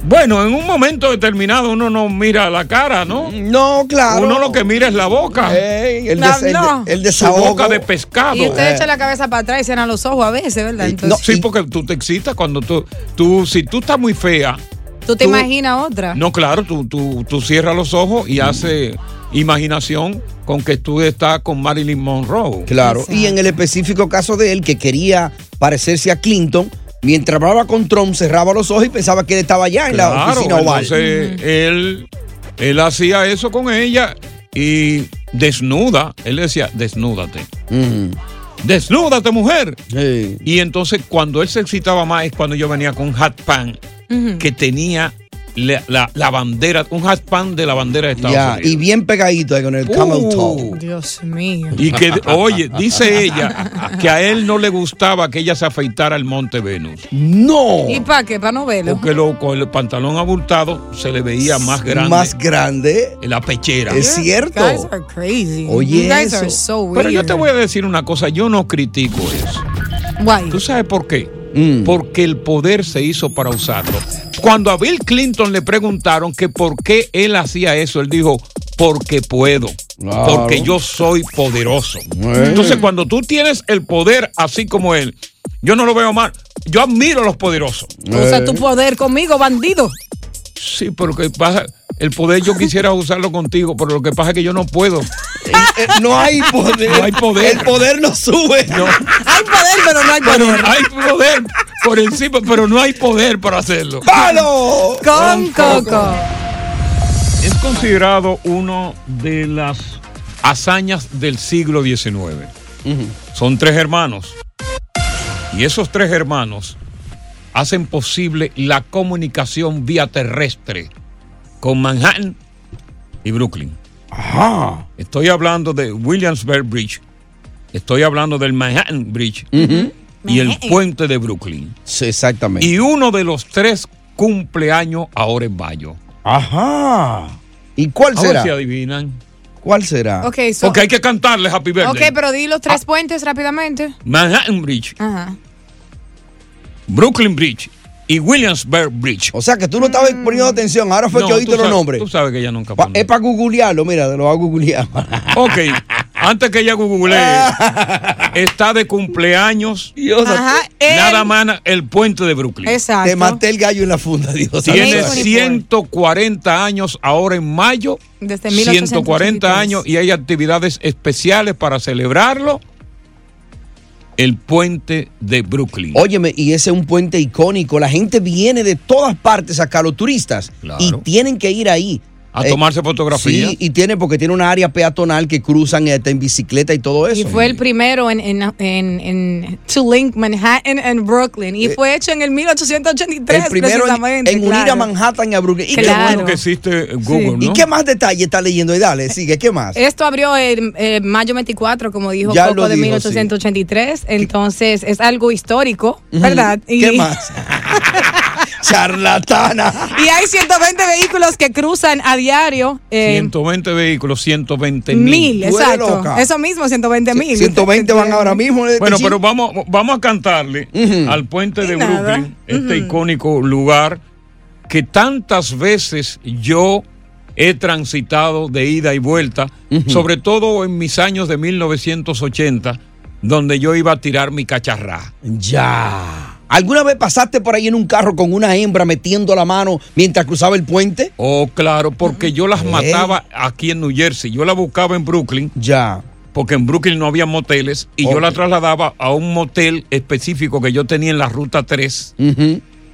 Speaker 5: bueno, en un momento determinado uno no mira la cara, ¿no?
Speaker 6: No, claro.
Speaker 5: Uno lo que mira es la boca.
Speaker 6: Ey, el,
Speaker 4: No,
Speaker 6: des- el de-
Speaker 4: no.
Speaker 6: el
Speaker 5: Su
Speaker 6: desahogo.
Speaker 5: boca de pescado.
Speaker 4: Y usted echa la cabeza para atrás y cierra los ojos a veces, ¿verdad?
Speaker 5: Eh,
Speaker 4: Entonces,
Speaker 5: sí, porque tú te excitas cuando tú, tú, si tú estás muy fea,
Speaker 4: ¿tú te
Speaker 5: tú-
Speaker 4: imaginas otra?
Speaker 5: no, claro, tú, tú, tú cierras los ojos y haces imaginación con que tú estás con Marilyn Monroe.
Speaker 6: Claro. Y en el específico caso de él, que quería parecerse a Clinton, mientras hablaba con Trump, cerraba los ojos y pensaba que él estaba allá en la
Speaker 5: Claro,
Speaker 6: oficina Oval.
Speaker 5: entonces él, él hacía eso con ella y desnuda, él le decía, desnúdate. Desnúdate, mujer. Y entonces cuando él se excitaba más es cuando yo venía con un hat pan que tenía la, la- la bandera, un hat pan de la bandera de Estados
Speaker 6: Ya,
Speaker 5: Unidos. Uh,
Speaker 6: y bien pegadito ahí con el camel toe.
Speaker 4: Dios mío.
Speaker 5: Y que, oye, dice ella que a él no le gustaba que ella se afeitara el Monte Venus.
Speaker 6: ¡No!
Speaker 4: ¿Y para qué? ¿Para no verlo?
Speaker 5: Porque lo- con el pantalón abultado se le veía más grande.
Speaker 6: Más grande.
Speaker 5: La pechera.
Speaker 6: Es cierto.
Speaker 4: You guys are crazy.
Speaker 6: Oye,
Speaker 4: You guys
Speaker 6: eso.
Speaker 4: are so weird.
Speaker 5: Pero yo te voy a decir una cosa, yo no critico eso. ¿Tú sabes por qué? Porque el poder se hizo para usarlo. Cuando a Bill Clinton le preguntaron que por qué él hacía eso, él dijo, porque puedo,
Speaker 6: Claro.
Speaker 5: porque yo soy poderoso. Entonces cuando tú tienes el poder así como él, yo no lo veo mal, yo admiro a los poderosos.
Speaker 6: Eh.
Speaker 4: Usa tu poder conmigo, bandido.
Speaker 5: Sí, pero que pasa, el poder yo quisiera usarlo contigo, pero lo que pasa es que yo no puedo.
Speaker 6: Eh, no hay poder.
Speaker 5: No hay poder.
Speaker 6: El poder no sube.
Speaker 4: Hay poder, pero no hay
Speaker 5: Pero
Speaker 4: poder.
Speaker 5: hay poder por encima, pero no hay poder para hacerlo.
Speaker 6: ¡Palo!
Speaker 5: Ah.
Speaker 4: Con Coco.
Speaker 5: Es considerado uno de las hazañas del siglo XIX. Son tres hermanos. Y esos tres hermanos hacen posible la comunicación vía terrestre con Manhattan y Brooklyn. Estoy hablando de Williamsburg Bridge. Estoy hablando del Manhattan Bridge y el
Speaker 6: Manhattan.
Speaker 5: puente de Brooklyn.
Speaker 6: Sí, exactamente.
Speaker 5: Y uno de los tres cumpleaños ahora en mayo.
Speaker 6: Ajá. ¿Y cuál
Speaker 5: A ver
Speaker 6: será?
Speaker 5: si adivinan.
Speaker 6: ¿Cuál será?
Speaker 4: Ok, so-
Speaker 5: Porque hay que cantarles Happy Birthday.
Speaker 4: Ok, pero di los tres puentes rápidamente.
Speaker 5: Manhattan Bridge,
Speaker 4: Ajá.
Speaker 5: Brooklyn Bridge y Williamsburg Bridge.
Speaker 6: O sea que tú no estabas poniendo atención, ahora fue
Speaker 5: No,
Speaker 6: que oíste
Speaker 5: tú
Speaker 6: los
Speaker 5: sabes-
Speaker 6: nombres.
Speaker 5: Tú sabes que ella nunca
Speaker 6: Pa- es para googlearlo, mira, lo va a googlear.
Speaker 5: Ok, antes que ella google, está de cumpleaños.
Speaker 6: Ajá,
Speaker 5: nada más el puente de Brooklyn.
Speaker 6: Te maté el gallo en la funda, Dios.
Speaker 5: Tiene 140 años ahora en mayo.
Speaker 4: Desde
Speaker 5: 140 años y hay actividades especiales para celebrarlo. El puente de Brooklyn.
Speaker 6: Óyeme, y ese es un puente icónico. La gente viene de todas partes acá, los turistas, y tienen que ir ahí.
Speaker 5: A tomarse fotografías.
Speaker 6: Eh, Sí, y tiene, porque tiene una área peatonal que cruzan eh, en bicicleta y todo eso.
Speaker 4: Y fue el primero en, en, en, en- to link Manhattan and Brooklyn. Y fue hecho en el 1883.
Speaker 6: Eh. El primero en-
Speaker 4: precisamente,
Speaker 6: en unir a
Speaker 4: claro.
Speaker 6: Manhattan y a Brooklyn. Y qué
Speaker 4: Claro.
Speaker 6: bueno
Speaker 5: que existe Google,
Speaker 6: ¿Y
Speaker 5: ¿no?
Speaker 6: qué más detalle está leyendo? Y dale, sigue, ¿qué más?
Speaker 4: Esto abrió en eh, mayo 24, como dijo
Speaker 6: Ya
Speaker 4: Coco,
Speaker 6: lo
Speaker 4: de
Speaker 6: dijo,
Speaker 4: 1883. Entonces, es algo histórico,
Speaker 6: Ujú.
Speaker 4: ¿verdad?
Speaker 6: ¿Qué más? Charlatana.
Speaker 4: Y hay 120 vehículos que cruzan a diario. eh,
Speaker 5: 120 vehículos, 120
Speaker 4: mil,
Speaker 5: mil.
Speaker 4: exacto. Eso mismo, 120 mil.
Speaker 6: van ahora mismo.
Speaker 5: Bueno, pero vamos, vamos a cantarle al puente de
Speaker 4: nada.
Speaker 5: Brooklyn, este icónico lugar que tantas veces yo he transitado de ida y vuelta, sobre todo en mis años de 1980, donde yo iba a tirar mi cacharrá.
Speaker 6: Ya. ¿Alguna vez pasaste por ahí en un carro con una hembra metiendo la mano mientras cruzaba el puente?
Speaker 5: Oh, claro, porque yo las
Speaker 6: Ey.
Speaker 5: mataba aquí en New Jersey. Yo la buscaba en Brooklyn.
Speaker 6: Ya.
Speaker 5: Porque en Brooklyn no había moteles y yo la trasladaba a un motel específico que yo tenía en la ruta 3,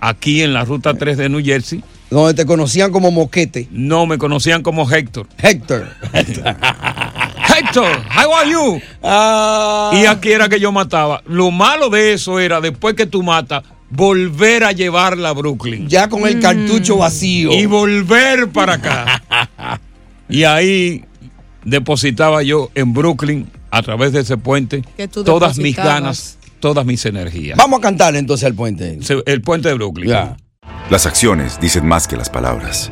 Speaker 5: aquí en la ruta 3 de New Jersey.
Speaker 6: Donde te conocían como moquete.
Speaker 5: No, me conocían como Héctor.
Speaker 6: Héctor.
Speaker 5: Héctor, how are you?
Speaker 6: Ah.
Speaker 5: Y aquí era que yo mataba. Lo malo de eso era, después que tú matas, volver a llevarla a Brooklyn.
Speaker 6: Ya con el cartucho vacío.
Speaker 5: Y volver para acá. y ahí depositaba yo en Brooklyn, a través de ese puente,
Speaker 6: Que tú
Speaker 5: todas mis
Speaker 6: depositabas.
Speaker 5: ganas, todas mis energías.
Speaker 6: Vamos a cantar entonces al puente.
Speaker 5: Se- El puente de Brooklyn.
Speaker 16: Las acciones dicen más que las palabras.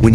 Speaker 17: When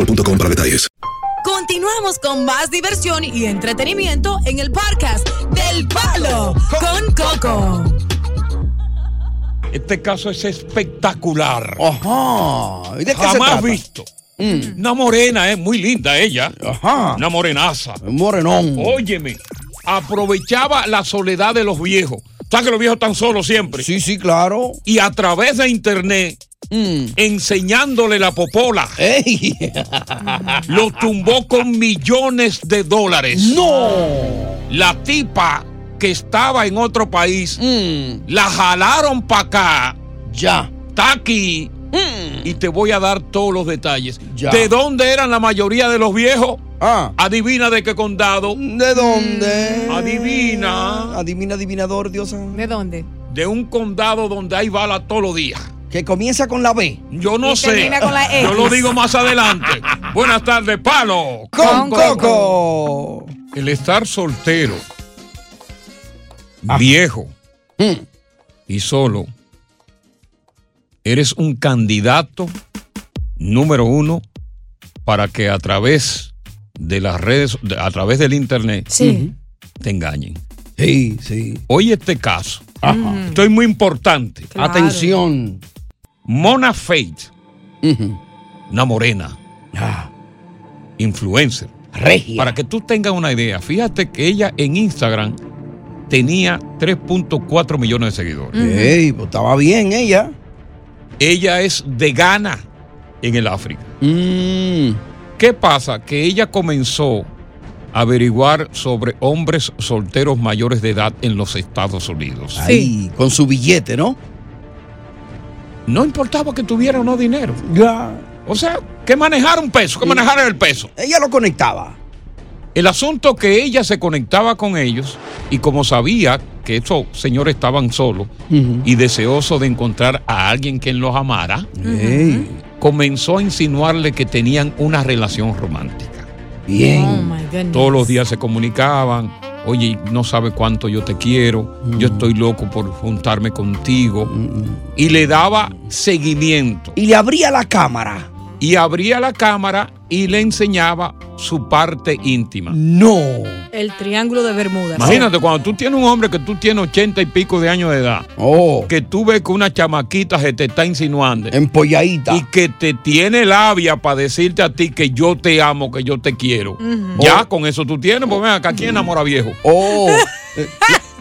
Speaker 7: para detalles.
Speaker 18: Continuamos con más diversión y entretenimiento en el podcast del Palo con Coco.
Speaker 5: Este caso es espectacular.
Speaker 6: Ajá. ¿Y de qué se
Speaker 5: Jamás
Speaker 6: trata? Mm.
Speaker 5: visto. Una morena, es muy linda ella. Una morenaza.
Speaker 6: Un morenón.
Speaker 5: Óyeme, aprovechaba la soledad de los viejos. ¿Sabes que los viejos están solos siempre?
Speaker 6: Sí, sí, claro. Mm.
Speaker 5: Y a través de internet, enseñándole la popola. Lo tumbó con millones de dólares.
Speaker 6: ¡No!
Speaker 5: La tipa que estaba en otro país,
Speaker 6: Mm.
Speaker 5: la jalaron para acá.
Speaker 6: Ya.
Speaker 5: Está aquí.
Speaker 6: Mm.
Speaker 5: Y te voy a dar todos los detalles.
Speaker 6: Ya.
Speaker 5: ¿De dónde eran la mayoría de los viejos? Adivina de qué condado.
Speaker 6: Ah. ¿De dónde?
Speaker 5: Mm. Adivina.
Speaker 6: Adivina, adivinador, Diosa.
Speaker 4: ¿De dónde?
Speaker 5: De un condado donde hay balas todos los días.
Speaker 6: Que comienza con la B.
Speaker 5: Yo no
Speaker 6: Y
Speaker 5: sé.
Speaker 6: termina con la X.
Speaker 5: Yo lo digo más adelante. Buenas tardes, Palo.
Speaker 6: Con Coco.
Speaker 5: El estar soltero,
Speaker 19: Ah.
Speaker 5: viejo
Speaker 19: Mm.
Speaker 5: y solo, eres un candidato número uno, para que a través de las redes, de- a través del internet,
Speaker 19: Sí.
Speaker 5: te engañen. Sí, sí. Oye este caso.
Speaker 19: Ajá.
Speaker 5: Esto es muy importante.
Speaker 19: Claro. Atención.
Speaker 5: Mona Faith, una morena,
Speaker 19: Ah.
Speaker 5: influencer.
Speaker 6: Regia.
Speaker 5: Para que tú tengas una idea, fíjate que ella en Instagram tenía 3.4 millones de seguidores.
Speaker 6: Ey, pues estaba bien ella.
Speaker 5: Ella es de Ghana en el África.
Speaker 6: Mm.
Speaker 5: ¿Qué pasa? Que ella comenzó a averiguar sobre hombres solteros mayores de edad en los Estados Unidos.
Speaker 6: Ahí, con su billete, ¿no?
Speaker 5: No importaba que tuviera o no dinero. O sea, que manejara un peso, que manejara el peso.
Speaker 6: Ella lo conectaba.
Speaker 5: El asunto que ella se conectaba con ellos y como sabía que estos señores estaban solos y deseoso de encontrar a alguien quien los amara, comenzó a insinuarle que tenían una relación romántica.
Speaker 6: Bien. Oh,
Speaker 4: my goodness.
Speaker 5: Todos los días se comunicaban. Oye, no sabe cuánto yo te quiero. Yo estoy loco por juntarme contigo. Y le daba seguimiento.
Speaker 6: Y le abría la cámara.
Speaker 5: Y abría la cámara y le enseñaba su parte íntima.
Speaker 6: No.
Speaker 4: El triángulo de Bermuda.
Speaker 5: Imagínate, cuando tú tienes un hombre que tú tienes ochenta y pico de años de edad, que tú ves que una chamaquita se te está insinuando.
Speaker 6: Empolladita.
Speaker 5: Y que te tiene labia para decirte a ti que yo te amo, que yo te quiero. Ya con eso tú tienes, pues ven acá, ¿quién enamora viejo?
Speaker 6: Oh. eh,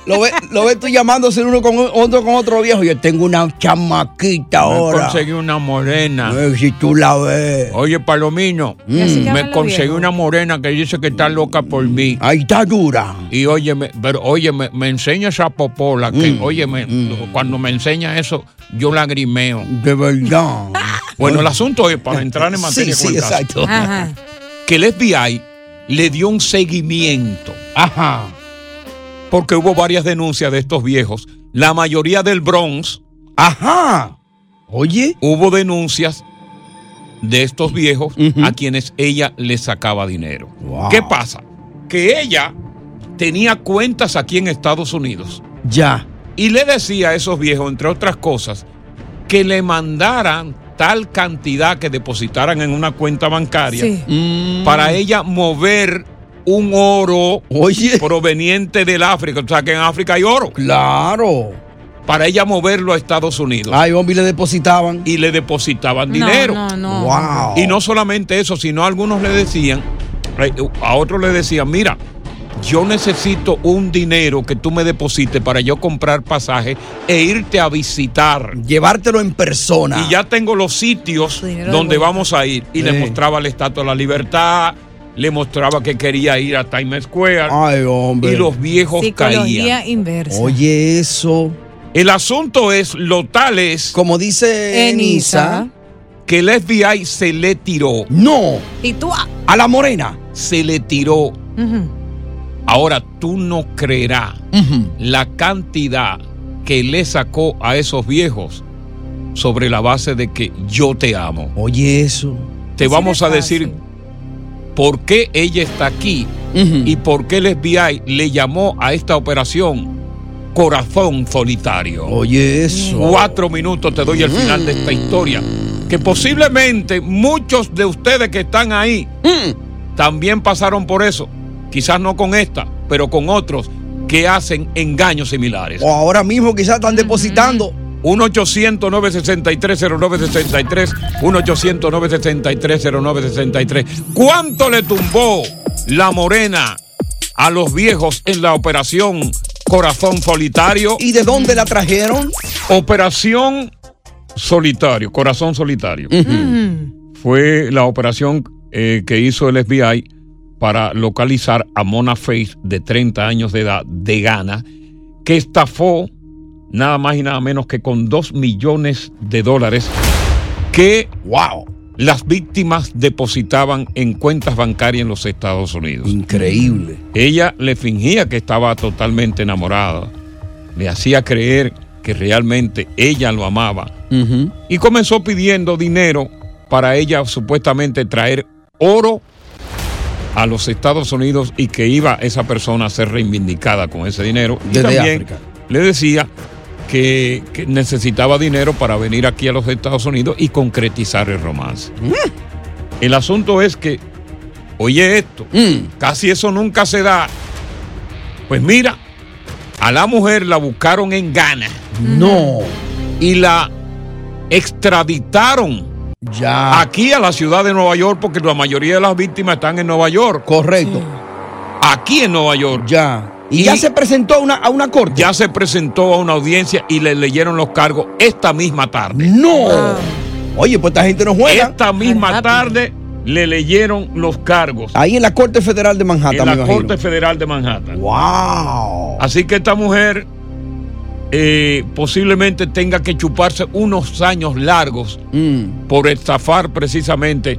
Speaker 6: lo ves lo ves tú llamándose el uno con otro con otro viejo. Yo tengo una chamaquita
Speaker 5: Me
Speaker 6: ahora.
Speaker 5: conseguí una morena.
Speaker 6: si tú la ves.
Speaker 5: Oye, Palomino,
Speaker 6: ¿Y así que hablan
Speaker 5: me
Speaker 6: los
Speaker 5: conseguí
Speaker 6: viejos?
Speaker 5: una morena que dice que está loca por mí.
Speaker 6: Ahí está dura.
Speaker 5: Y óyeme, pero óyeme, me enseña esa popola que, óyeme, cuando me enseña eso, yo lagrimeo.
Speaker 6: De verdad.
Speaker 5: Bueno, el asunto es, para entrar en materia
Speaker 6: Sí,
Speaker 5: con
Speaker 6: sí,
Speaker 5: el caso,
Speaker 6: exacto. Ajá.
Speaker 5: que el FBI le dio un seguimiento.
Speaker 6: Ajá.
Speaker 5: Porque hubo varias denuncias de estos viejos. La mayoría del Bronx.
Speaker 6: Ajá. Oye.
Speaker 5: Hubo denuncias de estos viejos a quienes ella le sacaba dinero. ¿Qué pasa? Que ella tenía cuentas aquí en Estados Unidos.
Speaker 6: Ya.
Speaker 5: Y le decía a esos viejos, entre otras cosas, que le mandaran tal cantidad que depositaran en una cuenta bancaria
Speaker 19: Sí.
Speaker 5: para ella mover un oro proveniente del África. O sea, que en África hay oro.
Speaker 6: Claro.
Speaker 5: Para ella moverlo a Estados Unidos.
Speaker 6: Ay, hombre, y le depositaban.
Speaker 5: Y le depositaban
Speaker 6: No,
Speaker 5: dinero.
Speaker 6: no, no. Wow.
Speaker 5: Y no solamente eso, sino a algunos le decían, eh, a otros le decían, mira, yo necesito un dinero que tú me deposites para yo comprar pasaje e irte a visitar.
Speaker 6: Llevártelo en persona.
Speaker 5: Y ya tengo los sitios
Speaker 6: Dinero de
Speaker 5: donde
Speaker 6: vuelta.
Speaker 5: vamos a ir. Y le
Speaker 6: Sí.
Speaker 5: mostraba la Estatua de la Libertad, le mostraba que quería ir a Times Square.
Speaker 6: Ay, hombre.
Speaker 5: Y los viejos caían.
Speaker 4: Psicología inversa.
Speaker 6: Oye, eso.
Speaker 5: El asunto es, lo tal es...
Speaker 6: Como dice
Speaker 4: Enisa.
Speaker 5: Que el FBI se le tiró.
Speaker 6: No.
Speaker 4: Y tú. ah,
Speaker 6: A la morena.
Speaker 5: Se le tiró.
Speaker 4: ujú.
Speaker 5: Ahora tú no creerás la cantidad que le sacó a esos viejos sobre la base de que yo te amo.
Speaker 6: Oye, eso.
Speaker 5: Te vamos a decir por qué ella está aquí
Speaker 6: Hmm.
Speaker 5: y por qué el FBI le llamó a esta operación Corazón Solitario.
Speaker 6: Oye, eso.
Speaker 5: Cuatro minutos te doy el final de esta historia. Que posiblemente muchos de ustedes que están ahí también pasaron por eso. Quizás no con esta, pero con otros que hacen engaños similares.
Speaker 6: O ahora mismo quizás están depositando.
Speaker 5: 1-800-963-0963. 1-800-963-0963. ¿Cuánto le tumbó la morena a los viejos en la operación Corazón Solitario?
Speaker 6: ¿Y de dónde la trajeron?
Speaker 5: Operación Solitario, Corazón Solitario. Fue la operación eh, que hizo el FBI para localizar a Mona Faith, de 30 años de edad, de Ghana, que estafó nada más y nada menos que con 2 millones de dólares que
Speaker 6: wow,
Speaker 5: las víctimas depositaban en cuentas bancarias en los Estados Unidos.
Speaker 6: Increíble.
Speaker 5: Ella le fingía que estaba totalmente enamorada, le hacía creer que realmente ella lo amaba y comenzó pidiendo dinero para ella supuestamente traer oro a los Estados Unidos y que iba esa persona a ser reivindicada con ese dinero. y
Speaker 6: Desde
Speaker 5: también
Speaker 6: África.
Speaker 5: le decía que, que necesitaba dinero para venir aquí a los Estados Unidos y concretizar el romance. El asunto es que, oye esto,
Speaker 6: Mm.
Speaker 5: casi eso nunca se da. Pues mira, a la mujer la buscaron en Ghana. No. Y la extraditaron.
Speaker 6: Ah.
Speaker 5: Ya. Aquí a la ciudad de Nueva York, porque la mayoría de las víctimas están en Nueva York. Correcto. Aquí en Nueva York. Ya.
Speaker 6: Y, ya se presentó a una, a una corte.
Speaker 5: Ya se presentó a una audiencia y le leyeron los cargos esta misma tarde.
Speaker 6: No. Oye, pues esta gente no juega.
Speaker 5: Esta misma tarde le leyeron los cargos
Speaker 6: Ahí en la Corte Federal de Manhattan,
Speaker 5: en
Speaker 6: Ah, me
Speaker 5: la
Speaker 6: imagino.
Speaker 5: Corte Federal de Manhattan. ¡Wow! Así que esta mujer eh, posiblemente tenga que chuparse unos años largos por estafar precisamente.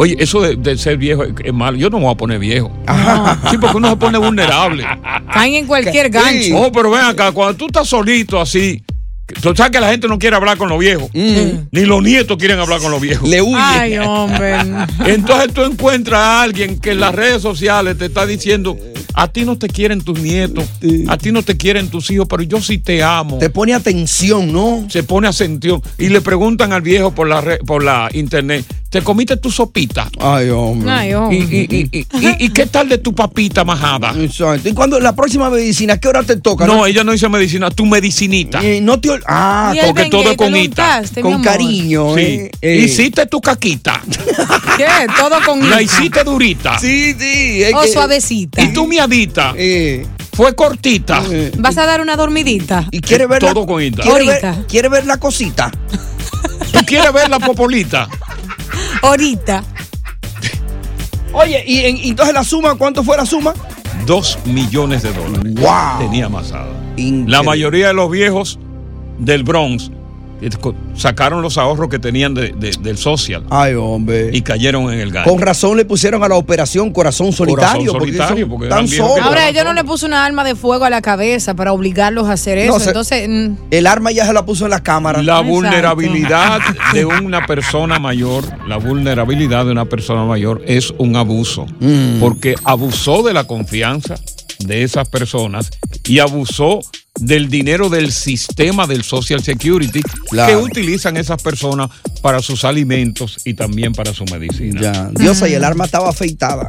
Speaker 5: Oye, eso de, de ser viejo es, es malo. Yo no me voy a poner viejo. Sí, porque uno se pone vulnerable.
Speaker 4: Caen en cualquier gancho.
Speaker 5: Oh, pero ven acá, cuando tú estás solito así, tú sabes que la gente no quiere hablar con los viejos. Ni los nietos quieren hablar con los viejos. Mm. Le huyen.
Speaker 4: Ay, hombre.
Speaker 5: Entonces tú encuentras a alguien que en las redes sociales te está diciendo, a ti no te quieren tus nietos, a ti no te quieren tus hijos, pero yo sí te amo. Te
Speaker 6: pone atención, ¿no?
Speaker 5: Se pone atención. Y le preguntan al viejo por la, re- por la internet, ¿te comiste tu sopita?
Speaker 6: Ay, hombre.
Speaker 5: Ay, hombre. Y- y- y- y- y qué tal de tu papita majada?
Speaker 6: Exacto. ¿Y cuando la próxima medicina? ¿A qué hora te toca?
Speaker 5: Ah. No, ella no dice medicina, tu medicinita.
Speaker 6: no te ol- Ah,
Speaker 5: Y el porque todo es con
Speaker 6: ita.
Speaker 4: este,
Speaker 5: untaste, mi
Speaker 6: Con
Speaker 5: amor.
Speaker 6: cariño.
Speaker 5: Sí.
Speaker 6: eh, eh.
Speaker 5: Hiciste tu caquita.
Speaker 4: ¿Qué? Todo con
Speaker 5: La hiciste durita.
Speaker 6: Sí, Eh. sí.
Speaker 4: O suavecita.
Speaker 5: Y tu miadita. Fue cortita.
Speaker 6: Eh.
Speaker 4: ¿Vas a dar una dormidita?
Speaker 6: ¿Y quiere ver
Speaker 5: Todo con ita.
Speaker 6: ¿Quiere
Speaker 4: Ahorita.
Speaker 6: ver, quiere ver la cosita?
Speaker 5: ¿Tú quieres ver la popolita?
Speaker 4: Ahorita.
Speaker 6: Oye, y, en- y entonces la suma, ¿cuánto fue la suma?
Speaker 5: Dos millones de dólares. Tenía amasado. La mayoría de los viejos del Bronx eh, co- sacaron los ahorros que tenían de- de- del social.
Speaker 6: Ay, hombre.
Speaker 5: Y cayeron en el gasto.
Speaker 6: Con razón le pusieron a la operación corazón solitario. porque
Speaker 5: solitario,
Speaker 6: son
Speaker 5: porque
Speaker 6: tan
Speaker 5: eran viejos
Speaker 6: solos.
Speaker 4: Ahora, yo no le puse una arma de fuego a la cabeza para obligarlos a hacer eso.
Speaker 6: No, se-
Speaker 4: Entonces, mm,
Speaker 6: El arma ya se la puso en la cámara.
Speaker 5: La vulnerabilidad de una persona mayor, la vulnerabilidad de una persona mayor es un abuso, porque abusó de la confianza de esas personas y abusó del dinero del sistema del Social Security
Speaker 6: Claro.
Speaker 5: que utilizan esas personas para sus alimentos y también para su medicina.
Speaker 6: Diosa, y el arma estaba afeitada.